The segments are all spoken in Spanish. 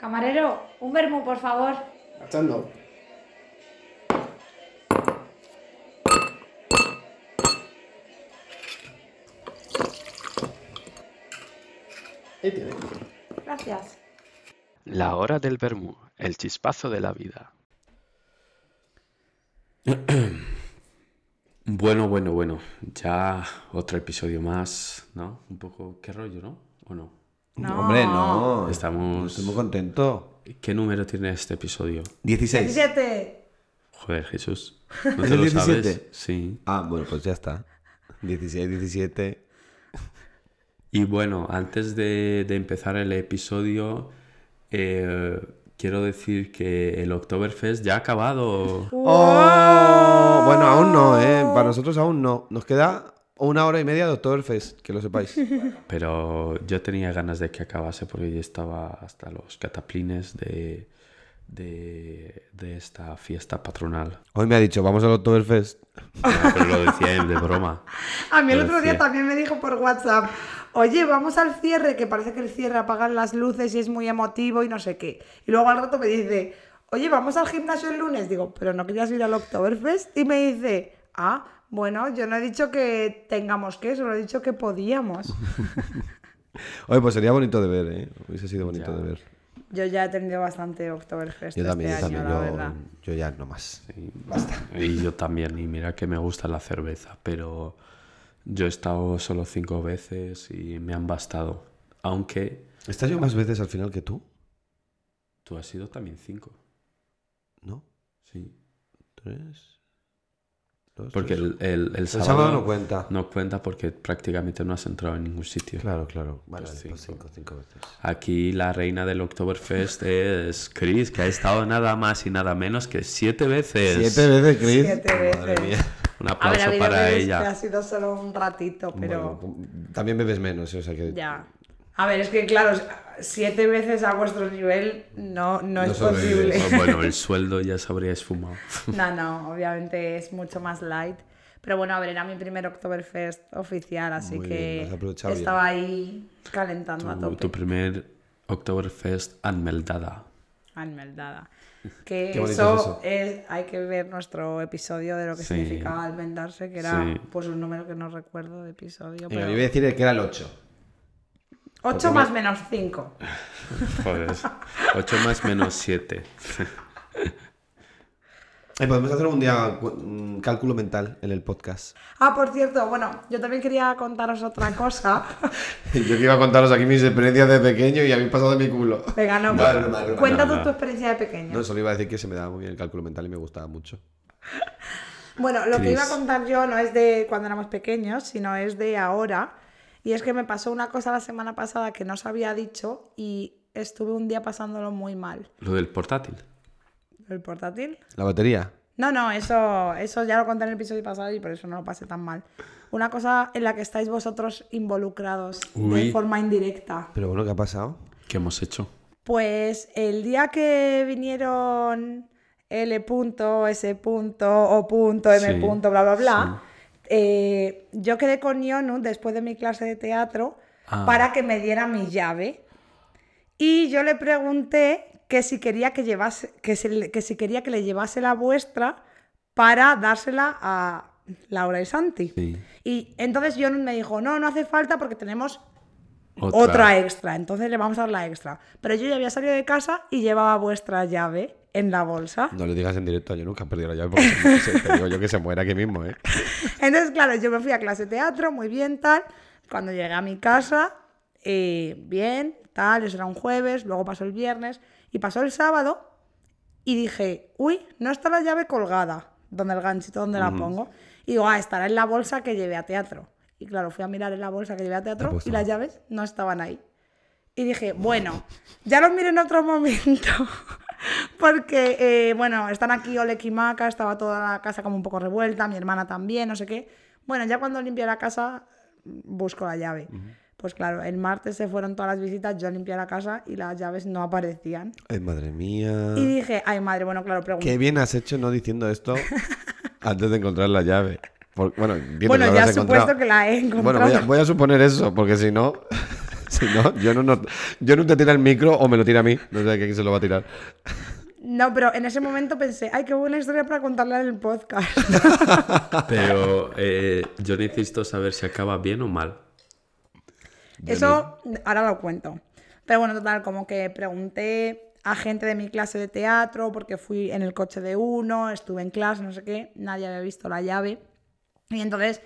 Camarero, un vermú, por favor. Marchando. Ahí tiene. Gracias. La hora del vermú, el chispazo de la vida. Bueno, bueno, bueno. Ya otro episodio más, ¿no? Un poco, ¿qué rollo, no? ¿O no? No. Hombre, no. Estamos- Estoy muy contento. ¿Qué número tiene este episodio? 16. 17. Joder, Jesús. ¿No ¿Es te el lo sabes? 17? Sí. Ah, bueno, pues ya está. 16, 17. Y bueno, antes de, de empezar el episodio, eh, quiero decir que el Oktoberfest ya ha acabado. ¡Oh! Bueno, aún no, ¿eh? Para nosotros aún no. Nos queda una hora y media de Oktoberfest, que lo sepáis. Pero yo tenía ganas de que acabase porque ya estaba hasta los cataplines de, de, de esta fiesta patronal. Hoy me ha dicho, vamos al Oktoberfest. No, pero lo decía él de broma. A mí el Lo otro día decía. también me dijo por WhatsApp, oye, vamos al cierre, que parece que el cierre apagan las luces y es muy emotivo y no sé qué. Y luego al rato me dice, oye, vamos al gimnasio el lunes. Digo, pero no querías ir al Oktoberfest. Y me dice, ah, bueno, yo no he dicho que tengamos que, solo he dicho que podíamos. Oye, pues sería bonito de ver, ¿eh? Hubiese sido bonito de ver. Yo ya he tenido bastante Oktoberfest Yo también, yo este año, también. la Yo, verdad. yo ya no más. Y, y yo también, y mira que me gusta la cerveza, pero yo he estado solo cinco veces y me han bastado. Aunque ¿Estás yo más veces al final que tú? tú has sido también cinco. ¿No? Sí. ¿Tres? Dos, Porque tres. el, el- el El sábado, sábado, no cuenta. no cuenta porque prácticamente no has entrado en ningún sitio. Claro, claro. Vale, Pues pues cinco. cinco, cinco veces. Aquí la reina del Oktoberfest es Chris, que ha estado nada más y nada menos que siete veces. Siete veces, Chris. Siete Madre veces. mía. Un A ver, aplauso ha habido para veces ella. que ha sido solo un ratito, pero Bueno, también bebes menos, o sea que. ya. A ver, es que claro, siete veces a vuestro nivel no, no, es posible. sobrevives. Oh, Bueno, el sueldo ya se habría esfumado. No, no, obviamente es mucho más light. Pero bueno, a ver, era mi primer Oktoberfest oficial, así Muy bien, que has aprovechado estaba ahí calentando a Tu, tope. tu primer Oktoberfest anmeldada. Almendada. Que Qué bonito eso, es eso. es- hay que ver nuestro episodio de lo que Sí. significaba almendarse, que era Sí. pues un número que no recuerdo de episodio. Venga, Pero... yo voy a decir que era el 8. 8 más menos 5. Joder. 8 más menos 7. Eh, podemos hacer un día cu- un cálculo mental en el podcast. Ah, por cierto, bueno, yo también quería contaros otra cosa. Yo que iba a contaros aquí mis experiencias de pequeño y habéis pasado de mi culo. Venga, no, No, pero- no, no, no, cuéntanos no, no. pues, tu experiencia de pequeño. No, solo iba a decir que se me daba muy bien el cálculo mental y me gustaba mucho. Bueno, lo que iba a Cris. contar yo no es de cuando éramos pequeños, sino es de ahora. Y es que me pasó una cosa la semana pasada que no os había dicho y estuve un día pasándolo muy mal. Lo del portátil. ¿El portátil? ¿La batería? No, no, eso, eso ya lo conté en el episodio pasado y por eso no lo pasé tan mal. Una cosa en la que estáis vosotros involucrados de Uy. forma indirecta. Pero bueno, ¿qué ha pasado? ¿Qué hemos hecho? Pues el día que vinieron L punto, S punto, O punto, M Sí, punto, bla, bla, bla, eh, yo quedé con Yonu después de mi clase de teatro Ah. para que me diera mi llave. Y yo le pregunté que si quería que llevase, que, se le- que si quería que le llevase la vuestra para dársela a Laura y Santi. Sí. Y entonces Yonu me dijo, no, no hace falta porque tenemos Otra. otra. extra. Entonces le vamos a dar la extra. Pero yo ya había salido de casa y llevaba vuestra llave en la bolsa. No lo digas en directo, yo nunca he perdido la llave porque se- se- te digo yo que se muera aquí mismo, ¿eh? Entonces, claro, yo me fui a clase de teatro, muy bien, tal. Cuando llegué a mi casa, eh, bien, tal, eso era un jueves, luego pasó el viernes y pasó el sábado y dije, uy, no está la llave colgada, donde el ganchito, donde la pongo. Y digo, ah, estará en la bolsa que llevé a teatro. Y claro, fui a mirar en la bolsa que llevé a teatro puesto y las llaves Ah, pues no estaban ahí. Y dije, bueno, ya los miro en otro momento. Porque, eh, bueno, están aquí Ole Maca, estaba toda la casa como un poco revuelta, mi hermana también, no sé qué. Bueno, ya cuando limpié la casa, busco la llave. Pues claro, el martes se fueron todas las visitas, yo limpié la casa y las llaves no aparecían. Ay, madre mía. Y dije, ay madre, bueno, claro, pregunté. Ah. Qué bien has hecho no diciendo esto antes de encontrar la llave. Por- bueno, entiendo Bueno, que no ya la has supuesto encontrado. que la he encontrado. Bueno, voy a, voy a suponer eso, porque si no, Si no, yo no, no- yo no te tira el micro o me lo tira a mí. No sé a quién se lo va a tirar. No, pero en ese momento pensé, ay, qué buena historia para contarla en el podcast. Pero eh, yo necesito saber si acaba bien o mal. Eso ahora lo cuento. Pero bueno, total, como que pregunté a gente de mi clase de teatro, porque fui en el coche de uno, estuve en clase, no sé qué, nadie había visto la llave. Y entonces,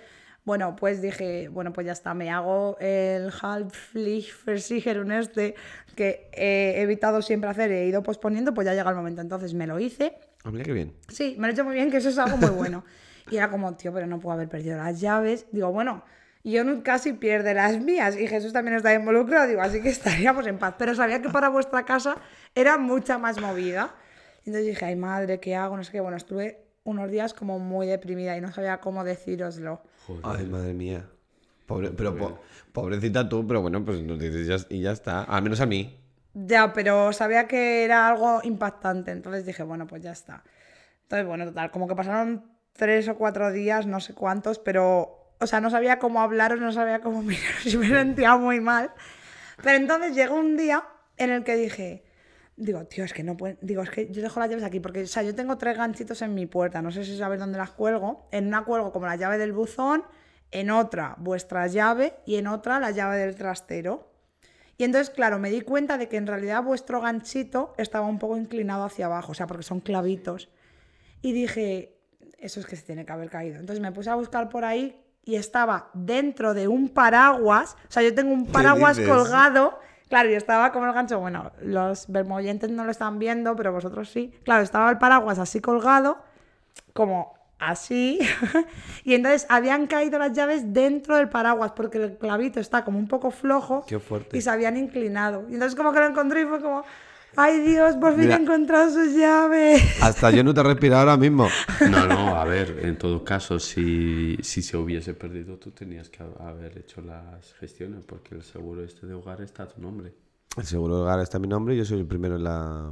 bueno, pues dije, bueno, pues ya está, me hago el Halbpflichtversicherung este que he evitado siempre hacer, he ido posponiendo, pues ya llega el momento. Entonces me lo hice, Ah, mira qué bien. Sí, me lo he hecho muy bien, que eso es algo muy bueno. Y era como, tío, pero no puedo haber perdido las llaves. Digo, bueno, yo no- casi pierde las mías y Jesús también está involucrado, digo, así que estaríamos en paz. Pero sabía que para vuestra casa era mucha más movida. Entonces dije, ay madre, ¿qué hago? No sé qué. Bueno, estuve unos días como muy deprimida y no sabía cómo decíroslo. Ay, madre mía. Pobre, pero po- pobrecita tú, pero bueno, pues nos dices ya- y ya está. Al menos a mí. Ya, pero sabía que era algo impactante, entonces dije, bueno, pues ya está. Entonces, bueno, total, como que pasaron tres o cuatro días, no sé cuántos, pero, o sea, no sabía cómo hablaros, no sabía cómo miraros y me sentía muy mal. Pero entonces llegó un día en el que dije, digo, tío, es que no puedo, digo, es que yo dejo las llaves aquí, porque, o sea, yo tengo tres ganchitos en mi puerta, no sé si sabéis dónde las cuelgo. En una cuelgo como la llave del buzón, en otra vuestra llave y en otra la llave del trastero. Y entonces, claro, me di cuenta de que en realidad vuestro ganchito estaba un poco inclinado hacia abajo, o sea, porque son clavitos. Y dije, eso es que se tiene que haber caído. Entonces me puse a buscar por ahí y estaba dentro de un paraguas, o sea, yo tengo un paraguas dices? colgado. Claro, y estaba como el gancho, bueno, los vermoyentes no lo están viendo, pero vosotros sí. Claro, estaba el paraguas así colgado, como así. y entonces habían caído las llaves dentro del paraguas, porque el clavito está como un poco flojo. Qué fuerte. Y se habían inclinado. Y entonces como que lo encontré y fue como, ay Dios, por fin Mira. he encontrado sus llaves. Hasta yo no te he respirado ahora mismo. No, no, a ver, en todo caso, si, si se hubiese perdido, tú tenías que ha- haber hecho las gestiones, porque el seguro este de hogar está a tu nombre. El seguro del hogar está mi nombre y yo soy el primero en la.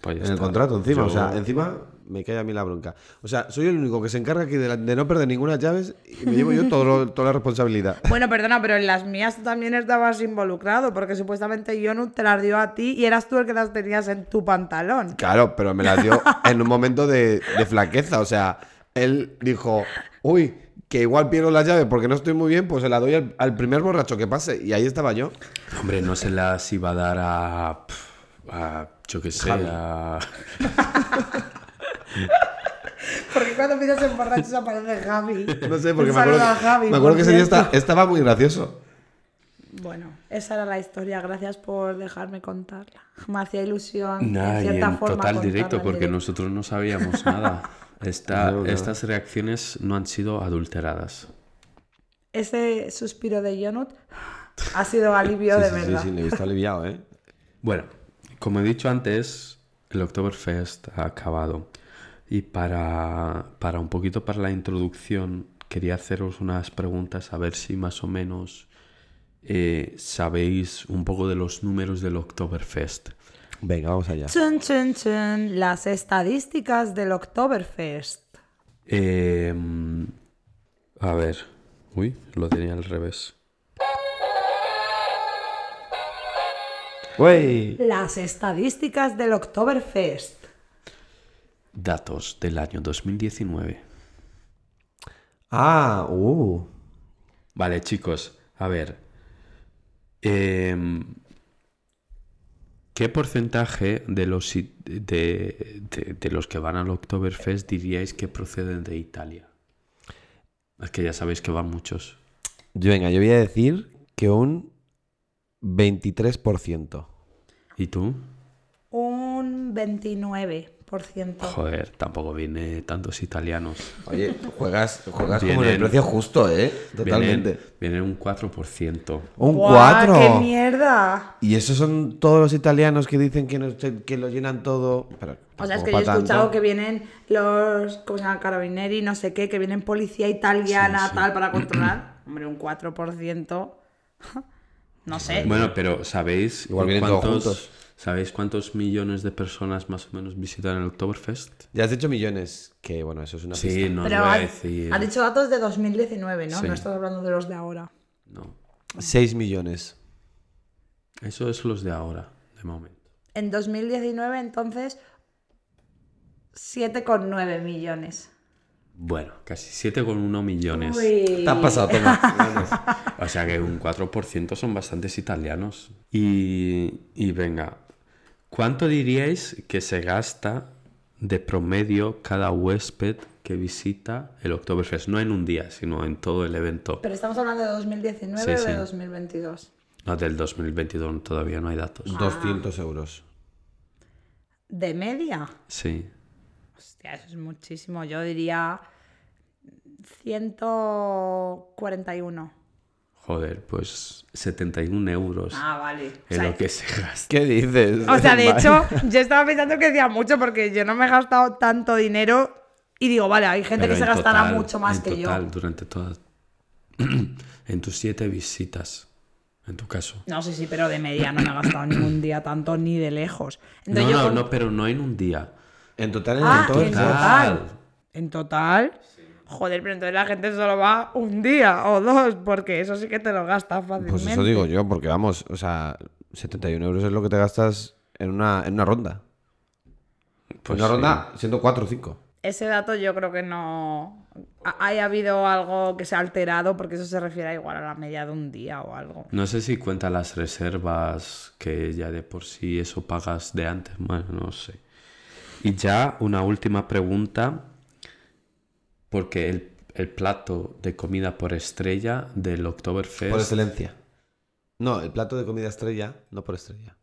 Pues ya en el está. contrato, encima. O Yo- sea, encima me cae a mí la bronca. O sea, soy el único que se encarga aquí de, la- de no perder ninguna llaves y me llevo yo todo lo- toda la responsabilidad. Bueno, perdona, pero en las mías tú también estabas involucrado, porque supuestamente Jonu te las dio a ti y eras tú el que las tenías en tu pantalón. Claro, pero me la dio en un momento de, de flaqueza. O sea, él dijo, uy, que igual pierdo las llaves porque no estoy muy bien, pues se la doy al, al primer borracho que pase. Y ahí estaba yo. Hombre, no se las iba a dar a. pf, a yo qué sé, a. Porque cuando piensas en borrachos aparece Javi. No sé, porque Un me acuerdo, saludo a Javi, me acuerdo por que ese día cierto. esta- estaba muy gracioso. Bueno, esa era la historia. Gracias por dejarme contarla. Me hacía ilusión. Nah, en y cierta en forma, total directo, directo, porque nosotros no sabíamos nada. Esta- No, no. Estas reacciones no han sido adulteradas. Ese suspiro de Jonut ha sido alivio Sí, de sí, sí, verdad. sí, le he visto aliviado, ¿eh? Bueno, como he dicho antes, el Oktoberfest ha acabado. Y para, para un poquito para la introducción, quería haceros unas preguntas a ver si más o menos eh, sabéis un poco de los números del Oktoberfest. Venga, vamos allá. Chun, chun, chun, las estadísticas del Oktoberfest. Eh, a ver. Uy, lo tenía al revés. Güey. Las estadísticas del Oktoberfest. Datos del año 2019. Ah, uh. Vale, chicos, a ver. Em, ¿qué porcentaje de los, i- de, de- de los que van al Oktoberfest diríais que proceden de Italia? Es que ya sabéis que van muchos. Yo, venga, yo voy a decir que un 23%. ¿Y tú? Un 29%. Joder, tampoco viene tantos italianos. Oye, juegas, juegas como en el Vienen- precio justo, ¿eh? Vienen- Totalmente. Vienen, un 4%. Un ¡Guau, 4. ¡Qué mierda! Y esos son todos los italianos que dicen que, nos- que lo llenan todo. Pero O sea, es tampoco que yo he pa' escuchado tanto. que vienen los, ¿cómo se llama? Carabineri, no sé qué, que vienen policía italiana, tal, para controlar. Hombre, un 4%. No sé. Bueno, pero ¿sabéis Igual vienen todos cuántos, juntos. ¿sabéis cuántos millones de personas más o menos visitan el Oktoberfest? Ya has dicho millones. Que bueno, eso es una pista. Sí, no os Pero voy ha, a decir. ha dicho datos de 2019, ¿no? Sí. No estás hablando de los de ahora. No. 6 millones. Eso es los de ahora, de momento. En 2019, entonces, 7,9 millones. Bueno, casi 7,1 millones. Uy. Te has pasado, toma. O sea que un 4% son bastantes italianos. Y, y venga, ¿cuánto diríais que se gasta de promedio cada huésped que visita el Oktoberfest? No en un día, sino en todo el evento. Pero estamos hablando de 2019 Sí, o de sí. 2022. No, del 2022 todavía no hay datos. Ah. 200 euros. ¿De media? Sí. Hostia, eso es muchísimo. Yo diría 141. Joder, pues 71 euros Ah, vale. O es sea, lo que se gasta. ¿Qué dices? o sea, de hecho, yo estaba pensando que decía mucho porque yo no me he gastado tanto dinero y digo, vale, hay gente Pero que se en gastará total- mucho más en que total, yo. durante todas. en tus siete visitas, en tu caso. No sé sí, sí, pero de media no me he gastado ningún día tanto ni de lejos. Entonces no, yo no, con- no, pero no en un día. En total, en Ah, el en total. total. En total. Joder, pero entonces la gente solo va un día o dos, porque eso sí que te lo gastas fácilmente. Pues eso digo yo, porque vamos, o sea, 71 euros es lo que te gastas en una, en una ronda. Pues en una sí. ronda siendo 4 o 5. Ese dato yo creo que no. ha- Haya habido algo que se ha alterado, porque eso se refiere igual a la media de un día o algo. No sé si cuenta las reservas que ya de por sí eso pagas de antes, bueno, no sé. Y ya una última pregunta, porque el, el plato de comida por estrella del Oktoberfest Por excelencia. No, el plato de comida estrella, no por estrella.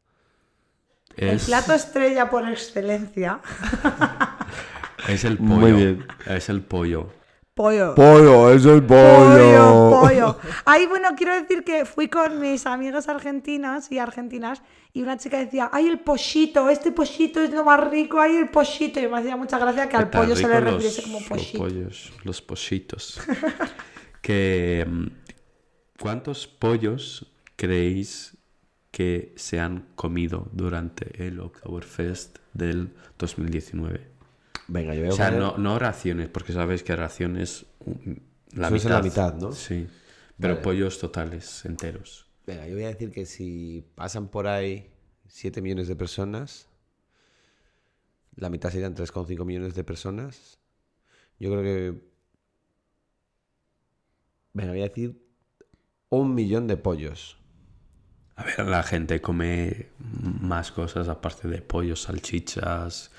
El es, plato estrella por excelencia. es el pollo. Muy bien. Es el pollo. Pollo. Pollo, eso es Pollo, pollo. Ay, bueno, quiero decir que fui con mis amigas argentinas y argentinas y una chica decía, ay, el pollito, este pollito es lo más rico, ay, el pollito. Y me hacía mucha gracia que al Tan pollo se le ricos refiriese como los pollito. pollos, los pollitos. que, mm, ¿Cuántos pollos creéis que se han comido durante el Oktoberfest del 2019? Venga, yo voy a O sea, poner- no, no raciones, porque sabéis que raciones mm, la Eso mitad. es la mitad, ¿no? Sí, pero Vale. pollos totales, enteros. Venga, yo voy a decir que si pasan por ahí 7 millones de personas, la mitad serían 3,5 millones de personas. Yo creo que... Venga, voy a decir un millón de pollos. A ver, la gente come más cosas aparte de pollos, salchichas.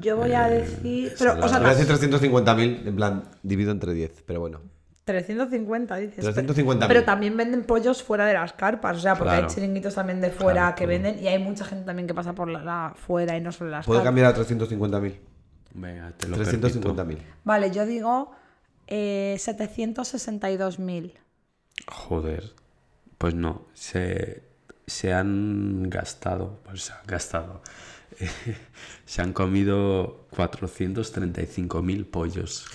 Yo voy Eh, a decir. Pero, o sea, Voy a decir 350.000, en plan, divido entre 10, pero bueno. 350, dices. 350.000. Pero también venden pollos fuera de las carpas, o sea, porque Claro. hay chiringuitos también de fuera Claro, que claro. venden y hay mucha gente también que pasa por la, la fuera y no solo las Puedo carpas. cambiar a 350.000. Venga, te lo permito. 350.000. Vale, yo digo eh, 762.000. Joder, pues no, se, se han gastado, pues se han gastado, se han comido 435.000 pollos.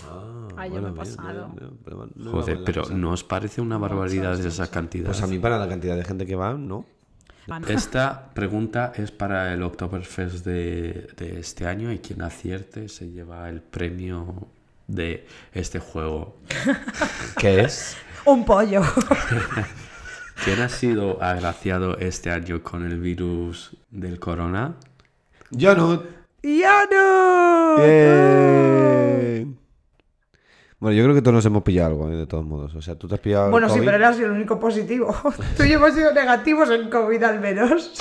Ah, yo me he pasado. No, pero no iba Joder, mal la pero cosa. ¿no os parece una barbaridad esa cantidad? Pues a mí para la cantidad de gente que va, no. Esta pregunta es para el Oktoberfest de, de este año y quien acierte se lleva el premio de este juego. ¿Qué es? Un pollo. ¿Quién ha sido agraciado este año con el virus del corona? Yo no. ¡Ya no! Bien. Bueno, yo creo que todos nos hemos pillado algo, ¿eh? de todos modos. O sea, tú te has pillado. el Bueno, sí, COVID? pero él ha sido el único positivo. Tú y yo hemos sido negativos en COVID al menos.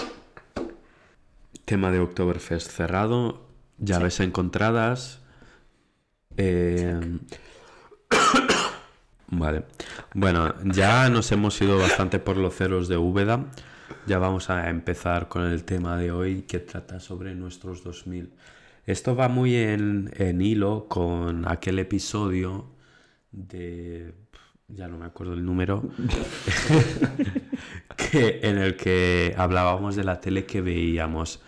Tema de Oktoberfest cerrado, llaves encontradas. eh, vale. Bueno, ya nos hemos ido bastante por los ceros de Úbeda. Ya vamos a empezar con el tema de hoy que trata sobre nuestros 2000. Esto va muy en, en hilo con aquel episodio de... Ya no me acuerdo el número. que- en el que hablábamos de la tele que veíamos.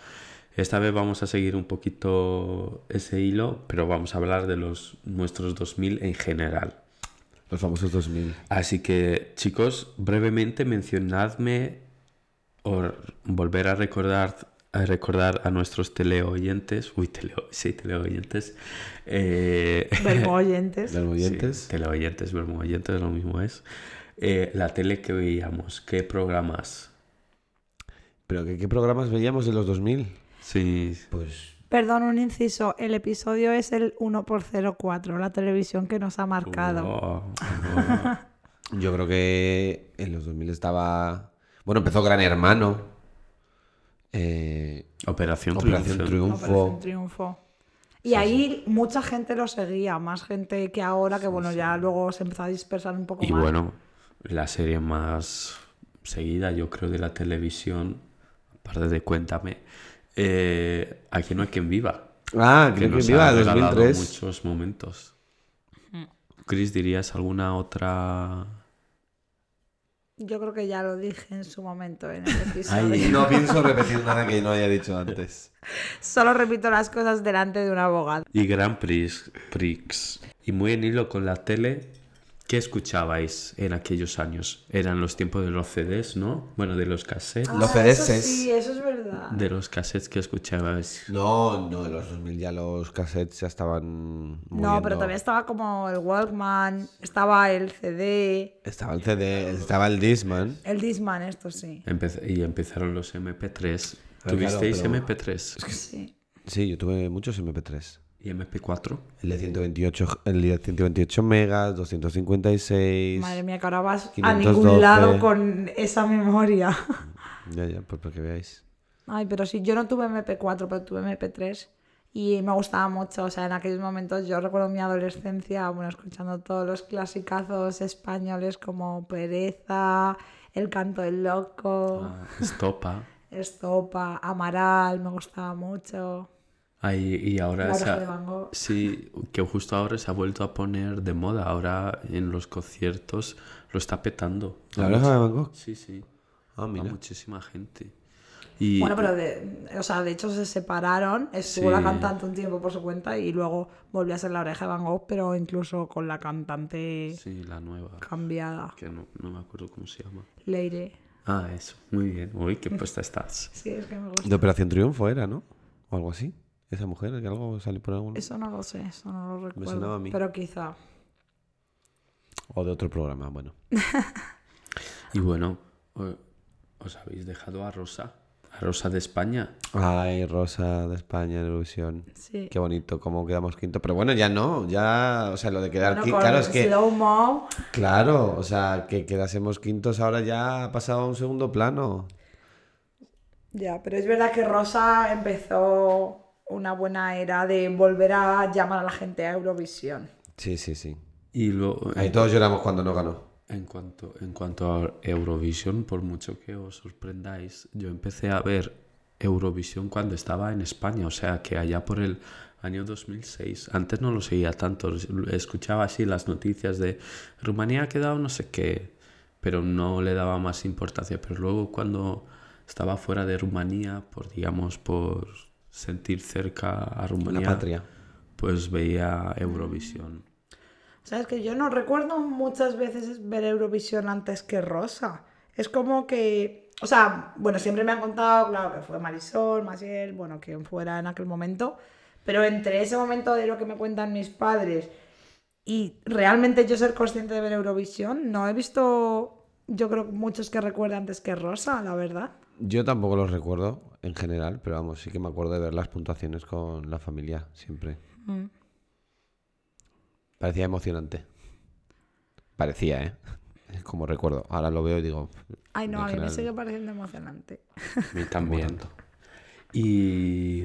Esta vez vamos a seguir un poquito ese hilo, pero vamos a hablar de los nuestros 2000 en general. Los famosos 2000. Así que, chicos, brevemente mencionadme o r- volver a recordar a recordar a nuestros teleoyentes, uy, tele, sí, teleoyentes, eh, Verbo oyentes. Los Sí, oyentes. teleoyentes, vermoyentes, lo mismo es. Eh, la tele que veíamos, qué programas. ¿Pero qué, qué programas veíamos en los 2000? Sí, Pues Perdón, un inciso. El episodio es el 1x04, la televisión que nos ha marcado. Oh, oh. yo creo que en los 2000 estaba... Bueno, empezó Gran Hermano. Eh, Operación, Operación Triunfo. Triunfo. Operación Triunfo. Y ahí mucha gente lo seguía, más gente que ahora, que bueno, ya luego se empezó a dispersar un poco Y más. bueno, la serie más seguida, yo creo, de la televisión, aparte de Cuéntame, eh, Aquí no hay quien viva. Ah, creo que nos viva ha regalado 2003. muchos momentos. Chris, ¿dirías alguna otra...? Yo creo que ya lo dije en su momento en el Y episodio. no pienso repetir nada que no haya dicho antes. Solo repito las cosas delante de un abogado. Y Grand Prix, Prix. Y muy en hilo con la tele, ¿qué escuchabais en aquellos años? Eran los tiempos de los CDs, ¿no? Bueno, de los cassettes. Los Ah, fedeces. Eso sí, eso es verdad. De los cassettes que escuchabais. No, no, en los 2000 ya los cassettes ya estaban. No, muriendo. pero todavía estaba como el Walkman, estaba el CD, Estaba el CD, estaba el Disman. el Disman, esto sí. Empe- y empezaron los MP3. Ah, Claro, ¿Tuvisteis pero- MP3? Sí. Sí, yo tuve muchos MP3. ¿Y MP4? El de 128, el de 128 megas, 256. Madre mía, que ahora vas a 512. ningún lado con esa memoria. Ya, ya, pues para que veáis. Ay, pero sí, yo no tuve MP4, pero tuve MP3 y me gustaba mucho. O sea, en aquellos momentos yo recuerdo mi adolescencia, bueno, escuchando todos los clasicazos españoles como Pereza, El Canto del Oh. Loco, Ah, Estopa. Estopa, Amaral, me gustaba mucho. Ahí- y ahora La se oreja ha- de Van Gogh. sí, que justo ahora se ha vuelto a poner de moda. Ahora en los conciertos lo está petando. ¿La A oreja de much- Van Gogh? Sí, sí. Ah, A mira. muchísima gente. Y Bueno, pero de, o sea, de hecho se separaron, estuvo Sí. la cantante un tiempo por su cuenta y luego volvió a ser la oreja de Van Gogh, pero incluso con la cantante sí, la nueva. cambiada, Que no, no me acuerdo cómo se llama. Leire. Ah, eso. Muy bien. Uy, Mm. qué puesta estás. Sí, es que me gusta. De Operación Triunfo era, ¿no? O algo así. Esa mujer, que algo salió por algún. Eso no lo sé, eso no lo recuerdo. Mm. sonaba a mí. Pero quizá. O de otro programa, bueno. Y bueno, o- os habéis dejado a Rosa. A Rosa de España. Ay, Rosa de España, en Eurovisión. Sí. Qué bonito, cómo quedamos quinto. Pero bueno, ya no, ya, o sea, lo de quedar Bueno, quinto. con Claro, es que. Slow Mo, Claro, o sea, que quedásemos quintos ahora ya ha pasado a un segundo plano. Ya, pero es verdad que Rosa empezó una buena era de volver a llamar a la gente a Eurovisión. Sí, sí, sí. Y luego, Ahí en, todos lloramos cuando no ganó. en cuanto, en cuanto a Eurovisión, por mucho que os sorprendáis, yo empecé a ver Eurovisión cuando estaba en España, o sea que allá por el año 2006. Antes no lo seguía tanto, escuchaba así las noticias de Rumanía ha quedado no sé qué, pero no le daba más importancia. Pero luego cuando estaba fuera de Rumanía, por digamos, por sentir cerca a La Rumanía, patria. pues veía Eurovisión. Sabes que yo no recuerdo muchas veces ver Eurovisión antes que Rosa. Es como que, o sea, bueno, siempre me han contado, claro, que fue Marisol, Maciel, bueno, quien fuera en aquel momento, pero entre ese momento de lo que me cuentan mis padres y realmente yo ser consciente de ver Eurovisión, no he visto, yo creo, muchos que recuerden antes que Rosa, la verdad. Yo tampoco los recuerdo en general, pero vamos, sí que me acuerdo de ver las puntuaciones con la familia siempre. Mm. Parecía emocionante. Parecía, ¿eh? Es Como recuerdo. Ahora lo veo y digo. Ay, en no, a mí me general, sigue pareciendo emocionante. mí también. Y,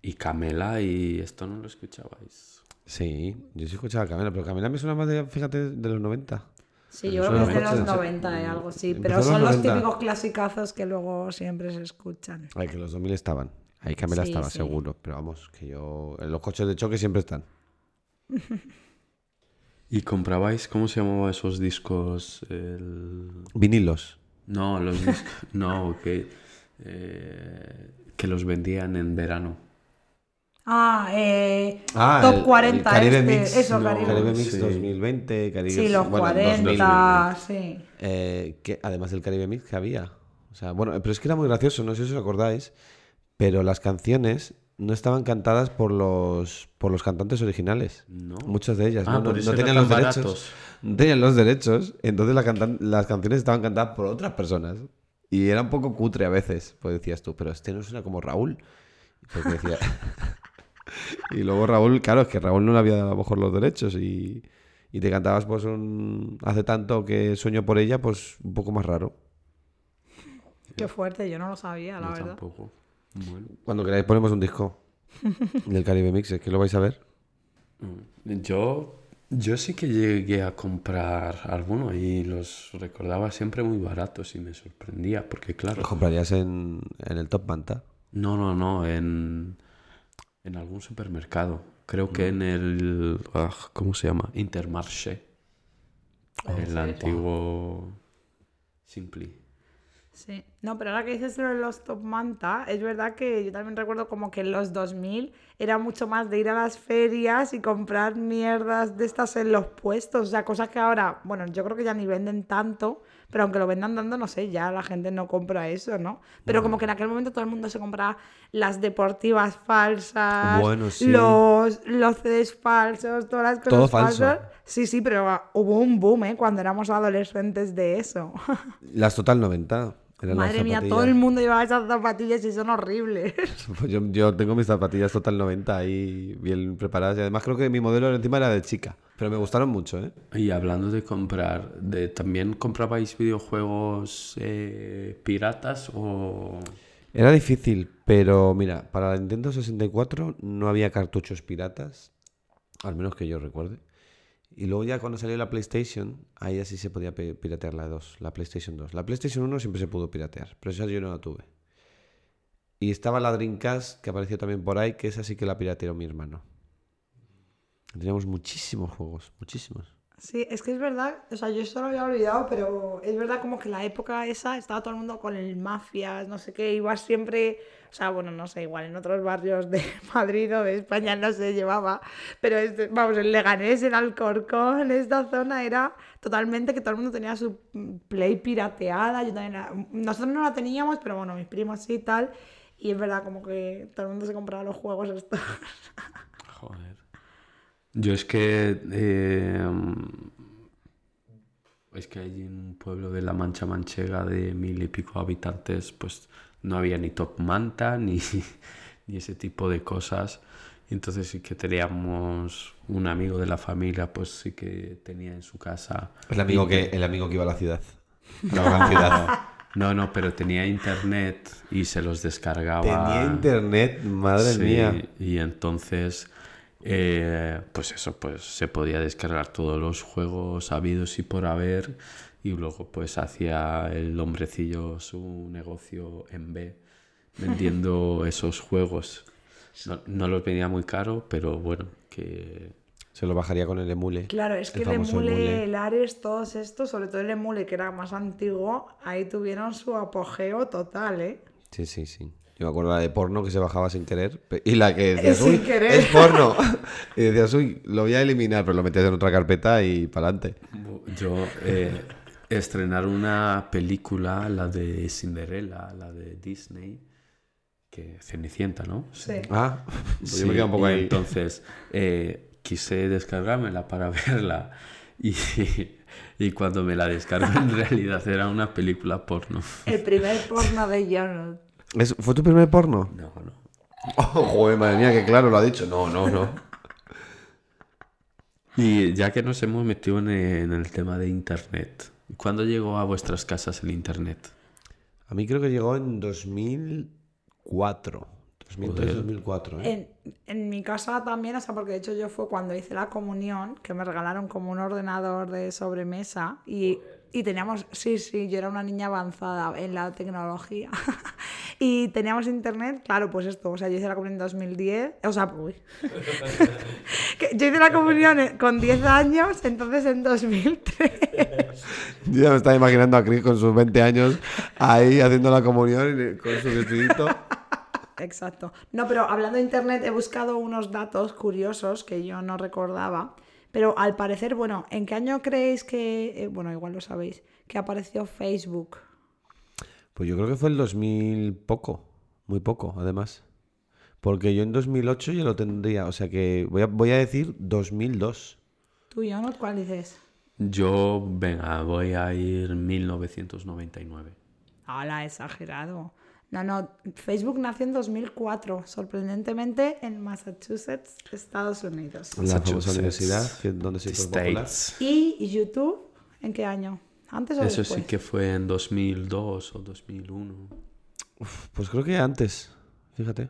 y Camela, y esto no lo escuchabais. Sí, yo sí escuchaba a Camila, pero Camila me suena más de, fíjate, de los 90. Sí, yo Pero creo que es son de los los 80, 90 y algo así, empezó pero los son los 90. típicos clasicazos que luego siempre se escuchan. Ay, que los 2000 estaban. Ahí Camila Sí, estaba, sí. seguro. Pero vamos, que yo. En los coches de choque siempre están. ¿Y comprabais cómo se llamaban esos discos? El- Vinilos. No, los discos. no, que, eh, que los vendían en verano. Ah, eh, Ah, top el- el 40 Caribe este, Mix. eso, No, Caribe. Caribe Sí. Mix 2020, Caribe sí, los bueno, 40, 2020. sí. Eh, que además del Caribe Mix que había. O sea, bueno, pero es que era muy gracioso, no sé si os acordáis, pero las canciones no estaban cantadas por los por los cantantes originales. No. Muchas de ellas Ah, no, por no, eso no eran tenían tan los derechos. baratos. No tenían los derechos, entonces la cantan- las canciones estaban cantadas por otras personas. Y era un poco cutre a veces. Pues decías tú, pero este no suena como Raúl. Y, pues me decía- y luego Raúl, claro, es que Raúl no le había dado a lo mejor los derechos. Y, y te cantabas, pues, un. Hace tanto que sueño por ella, pues un poco más raro. Qué fuerte, yo no lo sabía, Ah, la Yo verdad. tampoco. Bueno. Cuando queráis, ponemos un disco del Caribe Mix. Es que lo vais a ver. Yo, yo sí que llegué a comprar alguno y los recordaba siempre muy baratos y me sorprendía porque, claro, Lo comprarías en, en el Top Manta. no, no, no, en, en algún supermercado. Creo que en el, ah, ¿cómo se llama? Intermarché. El antiguo Simpli. Sí. No, pero ahora que dices lo de los Top Manta, es verdad que yo también recuerdo como que en los 2000 era mucho más de ir a las ferias y comprar mierdas de estas en los puestos. O sea, cosas que ahora, bueno, yo creo que ya ni venden tanto, pero aunque lo vendan dando, no sé, ya la gente no compra eso, ¿no? Pero como que en aquel momento todo el mundo se compraba las deportivas falsas, Bueno, sí. los, los CDs falsos, todas las cosas Todo falso. falsas. Sí, sí, pero ah, hubo un boom, ¿eh? Cuando éramos adolescentes de eso. Las Total 90. eran las Madre mía, todo zapatillas. el mundo llevaba esas zapatillas y son horribles. Pues yo, yo tengo mis zapatillas Total 90 ahí bien preparadas. Y además creo que mi modelo encima era de chica. Pero me gustaron mucho, ¿eh? Y hablando de comprar, de, ¿también comprabais videojuegos eh, piratas o...? Era difícil, pero mira, para la Nintendo 64 no había cartuchos piratas. Al menos que yo recuerde. Y luego ya cuando salió la PlayStation, ahí así se podía pi- piratear la 2, la PlayStation 2. La PlayStation 1 siempre se pudo piratear, pero esa yo no la tuve. Y estaba la Dreamcast, que apareció también por ahí, que esa sí que la pirateó mi hermano. Teníamos muchísimos juegos, muchísimos. Sí, es que es verdad, o sea, yo esto lo había olvidado, pero es verdad como que la época esa estaba todo el mundo con el mafias, no sé qué, iba siempre, o sea, bueno, no sé, igual en otros barrios de Madrid o de España no se llevaba, pero este- vamos, en Leganés, en Alcorcón, esta zona era totalmente que todo el mundo tenía su mm, play pirateada, yo también, la- nosotros no la teníamos, pero bueno, mis primos sí y tal, y es verdad como que todo el mundo se compraba los juegos estos. Joder. Yo es que. eh, es que allí en un pueblo de la Mancha Manchega de mil y pico habitantes, pues no había ni top manta ni, ni ese tipo de cosas. Y Entonces sí que teníamos un amigo de la familia, pues sí que tenía en su casa. El amigo que, el amigo que iba a la ciudad. La gran ciudad. No, no, pero tenía internet y se los descargaba. Tenía internet, madre Sí, mía. Y entonces, eh, pues eso, pues se podía descargar todos los juegos habidos y por haber. Y luego, pues hacía el hombrecillo su negocio en B, vendiendo esos juegos. No, no los vendía muy caro, pero bueno, que. Se lo bajaría con el emule. Claro, es que El el, famoso emule, emule. el Ares, todos estos, sobre todo el emule que era más antiguo, ahí tuvieron su apogeo total, ¿eh? Sí, sí, sí. Yo me acuerdo la de porno que se bajaba sin querer. pe- Y la que decías, Sin uy, querer". es porno. Y decías, uy, lo voy a eliminar, pero lo metías en otra carpeta y para adelante. Yo eh, estrenar una película, la de Cinderella, la de Disney, que Cenicienta, ¿no? Sí. Ah, pues yo me Sí, quedo un poco y ahí. Entonces, eh, quise descargármela para verla y, y cuando me la descargo en realidad era una película porno. El primer porno de Jonathan. ¿Es- ¿Fue tu primer porno? No, no. Oh, joder, madre mía, que claro lo ha dicho. No, no, no. Y ya que nos hemos metido en, en el tema de Internet, ¿cuándo llegó a vuestras casas el Internet? A mí creo que llegó en 2004. 2003, Joder. 2004. ¿eh? En, en mi casa también, o sea, porque de hecho yo fue cuando hice la comunión, que me regalaron como un ordenador de sobremesa y, y teníamos, sí, sí, yo era una niña avanzada en la tecnología y teníamos internet, claro, pues esto, o sea, yo hice la comunión en 2010, o sea, uy. Que yo hice la comunión en- con 10 años, entonces en 2003. Yo ya me estaba imaginando a Chris con sus 20 años ahí haciendo la comunión y con su vestidito. Exacto. No, pero hablando de internet, he buscado unos datos curiosos que yo no recordaba. Pero al parecer, bueno, ¿en qué año creéis que, eh, bueno, igual lo sabéis, que apareció Facebook? Pues yo creo que fue el 2000 poco, muy poco, además. Porque yo en 2008 ya lo tendría, o sea que voy a, voy a decir 2002. ¿Tú, Jonathan, cuál dices? Yo, venga, voy a ir 1999. Hola, exagerado. No, no, Facebook nació en 2004, sorprendentemente en Massachusetts, Estados Unidos. La famosa Massachusetts, universidad, que- donde se hizo popular. States. ¿Y YouTube? ¿En qué año? ¿Antes o Eso después? sí que fue en 2002 o 2001. Pues creo que antes, fíjate.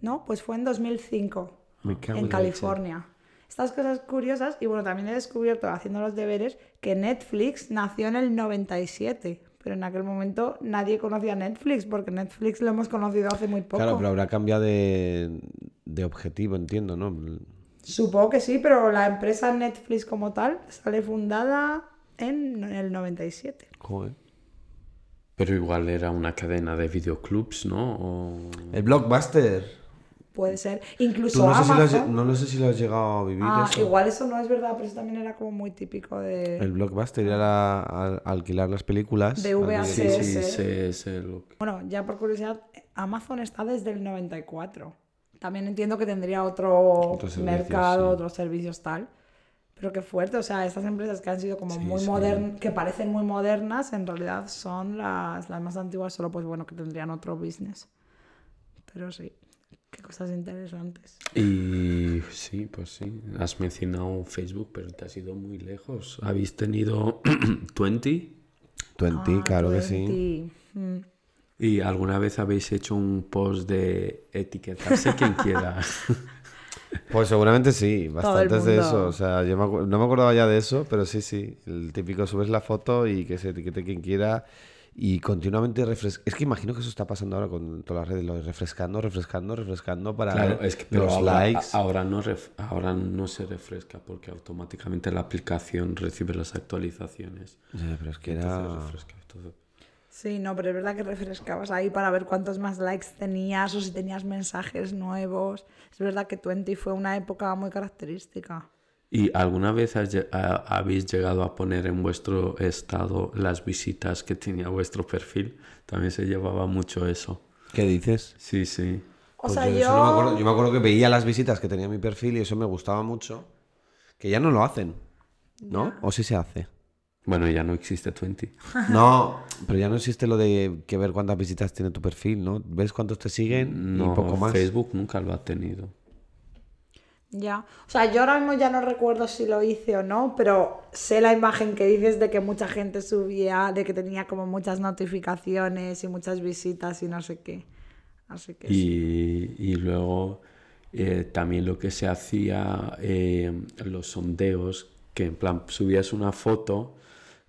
No, pues fue en 2005, Me cago la en leche. California. Estas cosas curiosas, y bueno, también he descubierto haciendo los deberes que Netflix nació en el 97, pero en aquel momento nadie conocía Netflix, porque Netflix lo hemos conocido hace muy poco. Claro, pero habrá cambiado de, de objetivo, entiendo, ¿no? Supongo que sí, pero la empresa Netflix como tal sale fundada en el 97. Joder. Pero igual era una cadena de videoclubs, ¿no? O- El blockbuster. Puede ser. Tú Incluso no, sé si lo has, Amazon. no, no sé si lo has llegado a vivir Ah, eso. igual eso no es verdad, pero eso también era como muy típico de... El blockbuster era al- alquilar las películas. De al- VHS. Sí, sí, ese. sé, sé lo que- Bueno, ya por curiosidad, Amazon está desde el 94. También entiendo que tendría otro Otros servicios, mercado, sí. otros servicios tal. Pero qué fuerte, o sea, estas empresas que han sido como Sí, muy sí. modernas, que parecen muy modernas, en realidad son las, las más antiguas, solo pues bueno, que tendrían otro business. Pero sí, qué cosas interesantes. Y sí, pues sí. Has mencionado Facebook, pero te has ido muy lejos. ¿Habéis tenido 20? 20, Ah, claro que sí. 20. Mm. ¿Y alguna vez habéis hecho un post de etiquetarse quien quiera? Pues seguramente sí, el bastantes de mundo. eso. O sea, yo me acu- no me acordaba ya de eso, pero sí, sí. El típico subes la foto y que se etiquete quien quiera y continuamente refrescando. Es que imagino que eso está pasando ahora con todas las redes, lo de refrescando, refrescando, refrescando para Claro, ver es que pero los ahora, likes. ahora no ref- ahora no se refresca porque automáticamente la aplicación recibe las actualizaciones. Ya, pero es que Entonces era... refresca todo. Sí, no, pero es verdad que refrescabas ahí para ver cuántos más likes tenías o si tenías mensajes nuevos. Es verdad que 20 fue una época muy característica. ¿Y alguna vez has lle- a- habéis llegado a poner en vuestro estado las visitas que tenía vuestro perfil? También se llevaba mucho eso. ¿Qué dices? Sí, sí. O Pues sea, yo, yo... de eso no me acuerdo. Yo me acuerdo que veía las visitas que tenía mi perfil y eso me gustaba mucho. Que ya no lo hacen, ¿no? ¿O sí se hace? Bueno, ya no existe 20. No, pero ya no existe lo de que ver cuántas visitas tiene tu perfil, ¿no? ¿Ves cuántos te siguen No, y poco más? Facebook nunca lo ha tenido. Ya. O sea, yo ahora mismo ya no recuerdo si lo hice o no, pero sé la imagen que dices de que mucha gente subía, de que tenía como muchas notificaciones y muchas visitas y no sé qué. Así que... sí. Y, y luego eh, también lo que se hacía, eh, los sondeos, que en plan subías una foto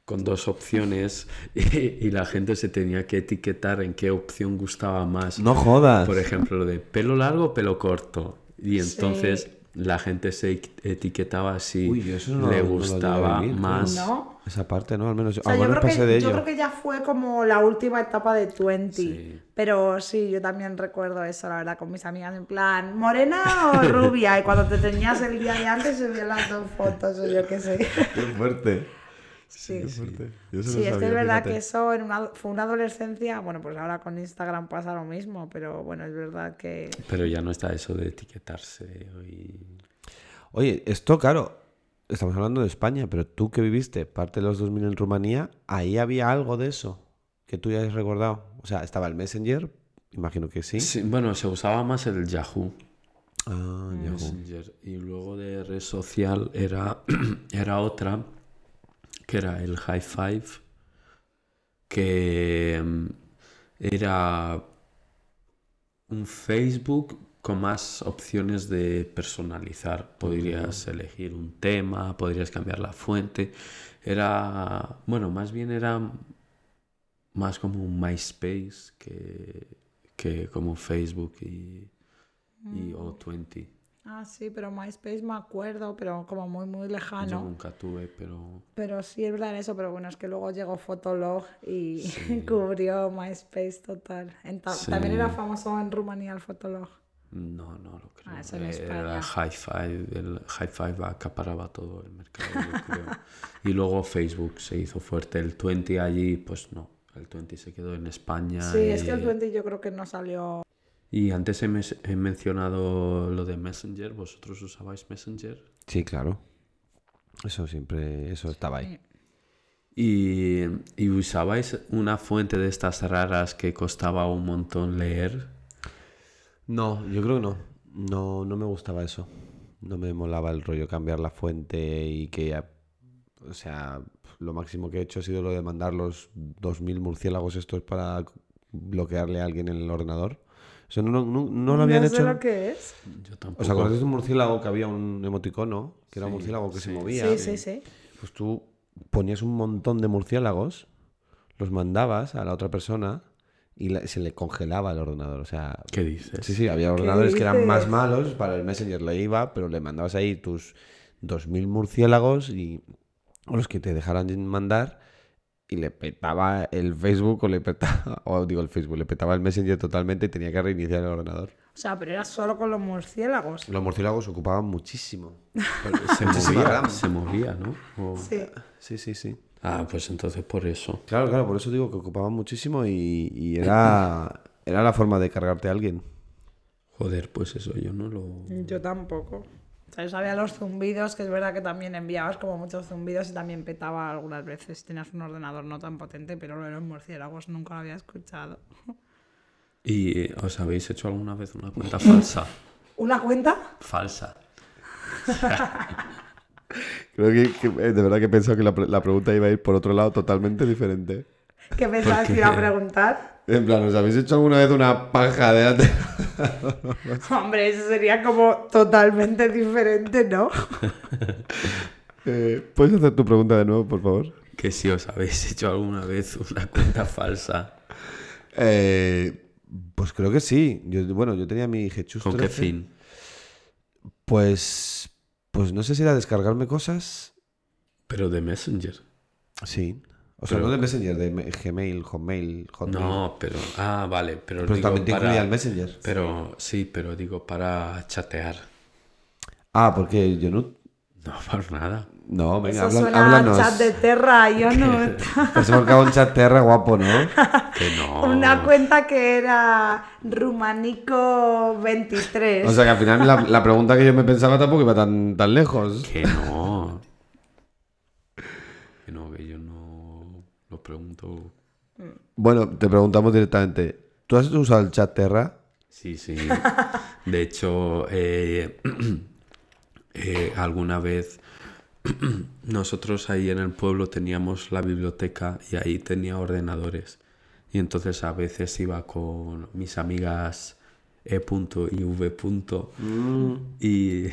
con dos opciones y, y la gente se tenía que etiquetar en qué opción gustaba más. No jodas. Por ejemplo, lo de pelo largo o pelo corto. Y Sí. entonces la gente se e- etiquetaba si Uy, yo eso no le lo- no lo llegué a gustaba vivir, más. ¿No? Esa parte, ¿no? Al menos yo, O sea, al yo, menos creo pasé que, de yo ello. creo que ya fue como la última etapa de 20. Sí. Pero sí, yo también recuerdo eso, la verdad, con mis amigas, en plan, ¿morena o rubia? Y cuando te tenías el día de antes, subían las dos fotos, o yo qué sé. Qué fuerte. Sí, sí, Yo eso no es sabía, que es verdad fíjate. que eso en una, fue una adolescencia, bueno, pues ahora con Instagram pasa lo mismo, pero bueno, es verdad que... Pero ya no está eso de etiquetarse. y- Oye, esto, claro, estamos hablando de España, pero tú que viviste parte de los 2000 en Rumanía, ahí había algo de eso que tú ya has recordado. O sea, estaba el Messenger, imagino que sí. Sí, bueno, se usaba más el Yahoo. Ah, Mm, Yahoo. Messenger. Y luego de red social era, era otra, que era el High Five, que mm, era un Facebook con más opciones de personalizar. Podrías elegir un tema, podrías cambiar la fuente. Era, bueno, más bien era más como un MySpace que, que como Facebook y, y O20. Ah, sí, pero MySpace me acuerdo, pero como muy, muy Yo lejano. nunca tuve, pero Pero sí, es verdad eso, pero bueno, es que luego llegó Fotolog y cubrió MySpace total. En ta- Sí. También era famoso en Rumanía el Fotolog. no, no lo creo. Ah, eso en Eh, España. Era High Five, el High Five acaparaba todo el mercado, yo creo. Y luego Facebook se hizo fuerte. El 20 allí, pues no. El 20 se quedó en España. Sí, es que el y- 20 yo creo que no salió. Y antes he, mes- he mencionado lo de Messenger. ¿Vosotros usabais Messenger? Sí, claro. Eso siempre, eso estaba ahí. Y, y usabais una fuente de estas raras que costaba un montón leer. No, yo creo que no. No, no me gustaba eso. No me molaba el rollo cambiar la fuente y que ya- O sea, lo máximo que he hecho ha sido lo de mandar los 2.000 murciélagos estos para bloquearle a alguien en el ordenador. Eso no, no, no- no lo habían no hecho. sé lo que es. Yo tampoco. ¿Os acordáis de un murciélago que había un emoticono? Que era un murciélago que se movía. Sí, sí, sí. Pues tú ponías un montón de murciélagos, los mandabas a la otra persona y la- se le congelaba el ordenador. O sea, ¿Qué dices? Sí, sí, había ordenadores que eran más dices? malos, para el Messenger le iba, pero le mandabas ahí tus 2.000 murciélagos y, o los que te dejaran mandar y le petaba el Facebook o le petaba, o digo el Facebook, le petaba el Messenger totalmente y tenía que reiniciar el ordenador. O sea, pero era solo con los murciélagos. Los murciélagos ocupaban muchísimo. Se Muchísima movía, RAM. se movía, ¿no? O- Sí. Sí, sí, sí. Ah, pues entonces por eso. Claro, claro, por eso digo que ocupaban muchísimo y, y era, era la forma de cargarte a alguien. Joder, pues eso yo no lo... Yo tampoco. O sea, yo sabía los zumbidos, que es verdad que también enviabas como muchos zumbidos y también petaba algunas veces. Tenías un ordenador no tan potente, pero lo de los murciélagos nunca lo había escuchado. ¿Y eh, os habéis hecho alguna vez una cuenta falsa? ¿Una cuenta? falsa. Creo que, que, eh, de verdad que he pensado que la, pre- la pregunta iba a ir por otro lado totalmente diferente. ¿Qué pensabas que iba a preguntar? En plan, ¿os habéis hecho alguna vez una paja delante? Hombre, eso sería como totalmente diferente, ¿no? Eh, ¿Puedes hacer tu pregunta de nuevo, por favor? Que si os habéis hecho alguna vez una cuenta falsa. pues creo que sí. Yo, bueno, yo tenía mi Hechus ¿Con qué 13. fin? Pues, pues no sé si era descargarme cosas. Pero de Messenger. Sí. O sea, Pero- no de Messenger, de me- Gmail, Hotmail, Hotmail. No, pero... Ah, vale, pero... pero digo también te para- incluía el Messenger. Pero sí, pero digo para chatear. Ah, porque yo no... No, por nada. No, venga, habla- eso suena háblanos. a chat de Terra, yo no. Pues hemos acabado un chat terra guapo, ¿no? Que no. Una cuenta que era Rumanico 23. O sea, que al final la, la pregunta que yo me pensaba tampoco iba tan, tan lejos. Que no. Que no, que yo no lo pregunto. Bueno, te preguntamos directamente. ¿Tú has usado el chat Terra? Sí, sí. De hecho, eh, eh, alguna vez nosotros ahí en el pueblo teníamos la biblioteca y ahí tenía ordenadores. Y entonces a veces iba con mis amigas E. punto y V. punto. Y,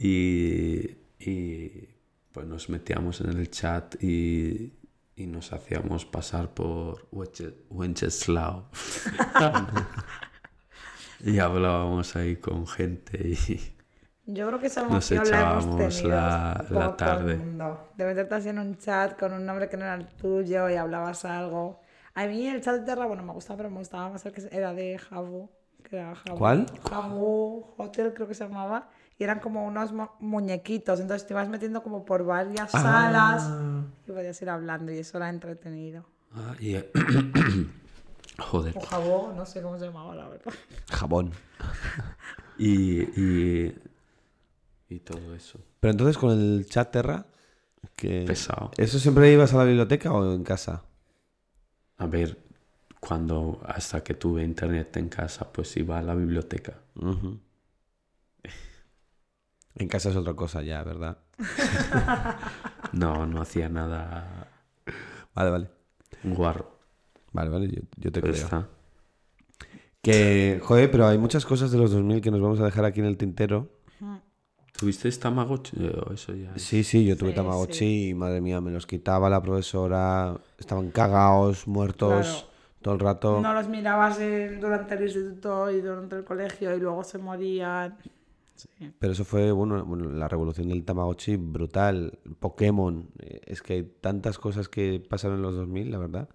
y, y, pues nos metíamos en el chat y, y nos hacíamos pasar por Wenche- Wenceslao. y hablábamos ahí con gente y... Yo creo que esa Nos emoción la hemos echábamos tenido la- un poco la todo el tarde. mundo. De meterte así en un chat con un nombre que no era el tuyo y hablabas algo. A mí el chat de Terra, bueno, me gustaba, pero me gustaba más el que era de Jabu. Que era Jabu. ¿Cuál? Jabu Hotel creo que se llamaba. Y eran como unos mu- muñequitos. Entonces te ibas metiendo como por varias salas y podías ir hablando y eso era entretenido. Ah, y- Joder. O Jabu, no sé cómo se llamaba, la verdad. Jabón. Y, y, y todo eso. Pero entonces con el chat Terra, que... Pesado. ¿Eso siempre ibas a la biblioteca o en casa? A ver, cuando hasta que tuve internet en casa, pues iba a la biblioteca. En casa es otra cosa ya, ¿verdad? No, no hacía nada Vale, vale. guarro. Vale, vale, yo, yo te Pero creo. Pues está. Que, joder, pero hay muchas cosas de los 2000 que nos vamos a dejar aquí en el tintero. ¿Tuviste Tamagotchi? Eh, Eso ya. Sí, sí, yo tuve Sí, Tamagotchi y madre mía, me los quitaba la profesora. Estaban cagados, muertos, Claro. todo el rato. No los mirabas en- durante el instituto y durante el colegio y luego se morían. Sí. Pero eso fue, bueno, bueno, la revolución del Tamagotchi brutal. Pokémon. eh, Es que hay tantas cosas que pasaron en los 2000, la verdad.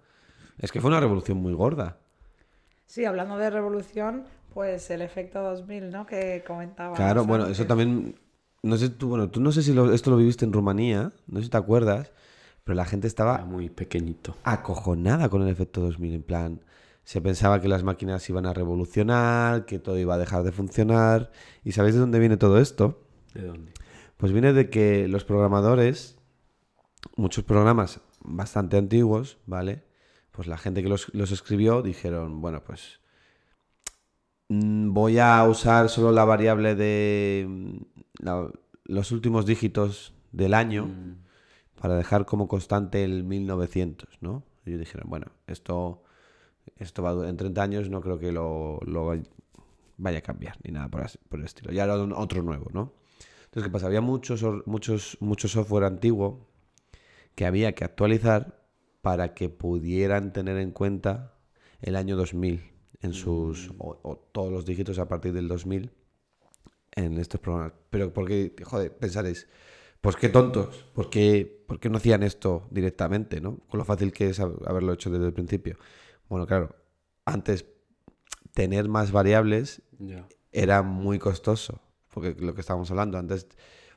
Es que fue una revolución muy gorda. Sí, hablando de revolución, pues el efecto 2000, ¿no? Que comentabas. Claro, bueno, antes. eso también. No sé, tú, bueno, tú no sé si lo- esto lo viviste en Rumanía, no sé si te acuerdas, pero la gente Era estaba muy pequeñito. acojonada con el efecto 2000, en plan. Se pensaba que las máquinas iban a revolucionar, que todo iba a dejar de funcionar. ¿Y sabéis de dónde viene todo esto? ¿De dónde? Pues viene de que los programadores, muchos programas bastante antiguos, ¿vale? Pues la gente que los, los escribió dijeron, bueno, pues mm, voy a usar solo la variable de mm, la- los últimos dígitos del año para dejar como constante el 1900, ¿no? Y ellos dijeron, bueno, esto, esto va a du- en 30 años no creo que lo, lo vaya a cambiar ni nada por, así- por el estilo. Ya era un- otro nuevo, ¿no? Entonces, ¿qué pasa? Había muchos, or- muchos, mucho software antiguo que había que actualizar para que pudieran tener en cuenta el año 2000 en sus o, o todos los dígitos a partir del 2000 en estos programas. Pero porque, joder, pensaréis, pues qué tontos, ¿por qué, por qué no hacían esto directamente, no? Con lo fácil que es hab- haberlo hecho desde el principio. Bueno, claro, antes tener más variables Ya. era muy costoso, porque lo que estábamos hablando, antes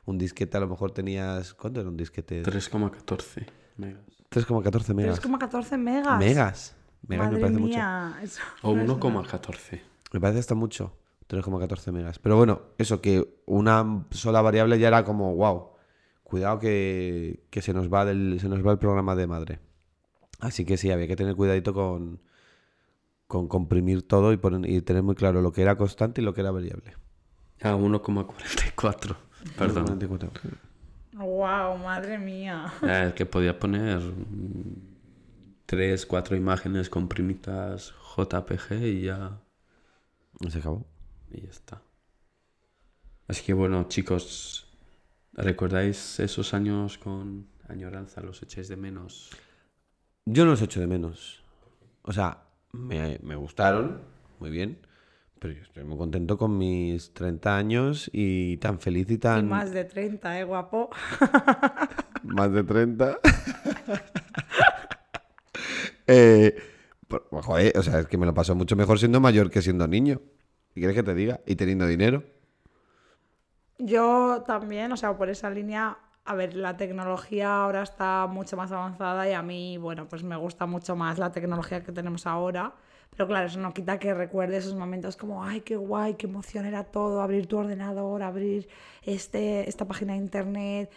un disquete a lo mejor tenías, ¿cuánto era un disquete? 3,14 megas. 3,14 megas. 3,14 megas. Megas. Megas Madre me parece mucho. mía. eso O no es nada. 1,14. Me parece hasta mucho. 3,14 megas. Pero bueno, eso que una sola variable ya era como, wow, cuidado que, que se, nos va del, se nos va el programa de madre. Así que sí, había que tener cuidadito con, con comprimir todo y, poner- y tener muy claro lo que era constante y lo que era variable. Ah, 1,44. Perdón. 24. Guau, madre mía. Ah, es que podía poner mm, tres, cuatro imágenes comprimidas JPG y ya, Y Se acabó. y ya está. Así que bueno, chicos, ¿recordáis esos años con añoranza? ¿Los echáis de menos? Yo no los echo de menos. O sea, me, me gustaron, muy bien, pero yo estoy muy contento con mis 30 años y tan feliz y Y tan... más de 30, eh, guapo. Más de 30. Eh, por- joder, o sea, es que me lo paso mucho mejor siendo mayor que siendo niño. ¿Y quieres que te diga? Y teniendo dinero. Yo también, o sea, por esa línea, a ver, la tecnología ahora está mucho más avanzada y a mí, bueno, pues me gusta mucho más la tecnología que tenemos ahora. Pero claro, eso no quita que recuerde esos momentos como, ay, qué guay, qué emoción era todo, abrir tu ordenador, abrir este, esta página de internet,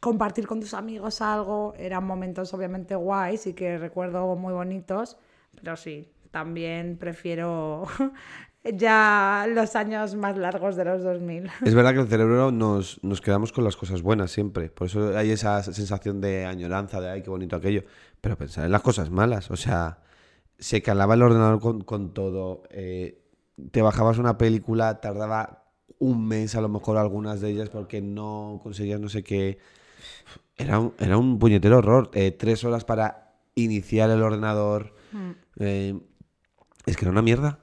compartir con tus amigos algo. Eran momentos obviamente guays y que recuerdo muy bonitos, pero sí, también prefiero ya los años más largos de los 2000. Es verdad que el cerebro nos, nos quedamos con las cosas buenas siempre. Por eso hay esa sensación de añoranza, de ay, qué bonito aquello. Pero pensar en las cosas malas. O sea, se calaba el ordenador con, con todo. eh, te bajabas una película, tardaba un mes a lo mejor algunas de ellas porque no conseguías no sé qué. Era un, era un puñetero horror. Eh, tres horas para iniciar el ordenador. Eh, es que era una mierda.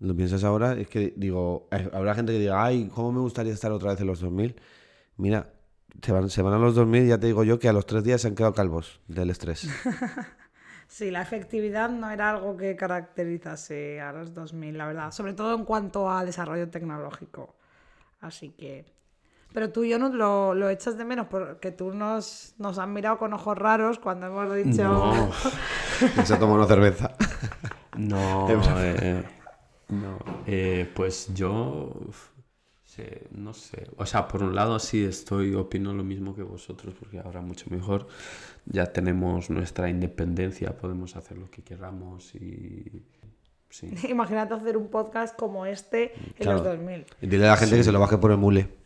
Lo piensas ahora, es que digo, eh, habrá gente que diga, ay, ¿cómo me gustaría estar otra vez en los 2000? Mira, se van, se van a los 2000 y ya te digo yo que a los tres días se han quedado calvos del estrés. Sí, la efectividad no era algo que caracterizase a los 2000, la verdad, sobre todo en cuanto a desarrollo tecnológico. Así que... Pero tú y yo no lo, lo echas de menos porque tú nos, nos has mirado con ojos raros cuando hemos dicho... No, se toma una cerveza. no, Em, eh, no. Eh, pues yo, uf, sé- no sé. O sea, por un lado sí estoy, opino lo mismo que vosotros, porque ahora mucho mejor. Ya tenemos nuestra independencia, podemos hacer lo que queramos y... Sí. Imagínate hacer un podcast como este en los 2000. Y dile a la gente que se lo baje por el mule.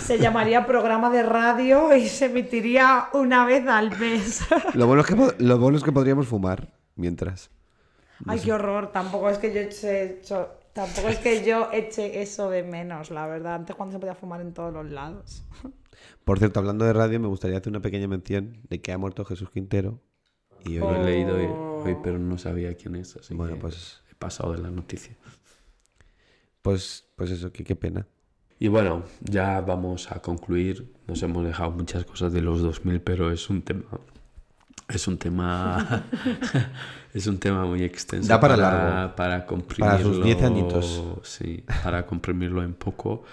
Se llamaría programa de radio y se emitiría una vez al mes. Lo bueno es que, po- lo bueno es que podríamos fumar mientras. Ay, qué horror. Tampoco es que yo eche, cho- tampoco es que yo eche eso de menos, la verdad. Antes cuando se podía fumar en todos los lados. Por cierto, hablando de radio, me gustaría hacer una pequeña mención de que ha muerto Jesús Quintero. Y Lo hoy, he leído hoy, Oh. hoy, pero no sabía quién es, así Bueno, que pues- he pasado de la noticia. pues, pues eso, que qué pena. Y bueno, ya vamos a concluir. Nos hemos dejado muchas cosas de los 2000, pero es un tema... Es un tema... es un tema muy extenso. Da para para largo. Para comprimirlo... Para sus 10 añitos. Sí, para comprimirlo en poco.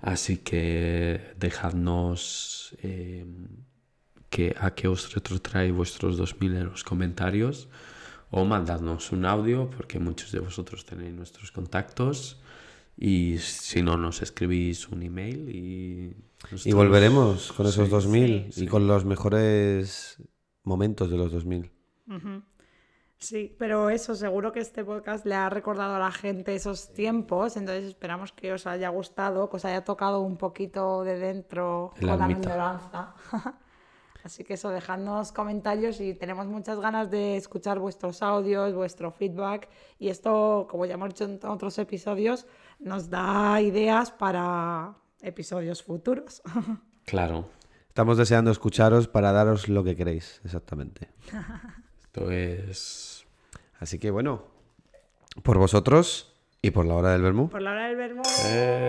Así que dejadnos... eh, que, a qué os retrotrae vuestros 2000 en los comentarios o mandadnos un audio porque muchos de vosotros tenéis nuestros contactos y si no nos escribís un email y Y nosotros- Pues volveremos con esos Sí, 2000 sí, y sí. con los mejores Momentos de los 2000. Sí, pero eso, seguro que este podcast le ha recordado a la gente esos tiempos, entonces esperamos que os haya gustado, que os haya tocado un poquito de dentro El con la almita. mendonza. Así que eso, dejadnos comentarios y tenemos muchas ganas de escuchar vuestros audios, vuestro feedback. Y esto, como ya hemos hecho en otros episodios, nos da ideas para episodios futuros. Claro. Estamos deseando escucharos para daros lo que queréis, exactamente. Esto es. Así que bueno, por vosotros y por la hora del vermú. Por la hora del verbo. Eh.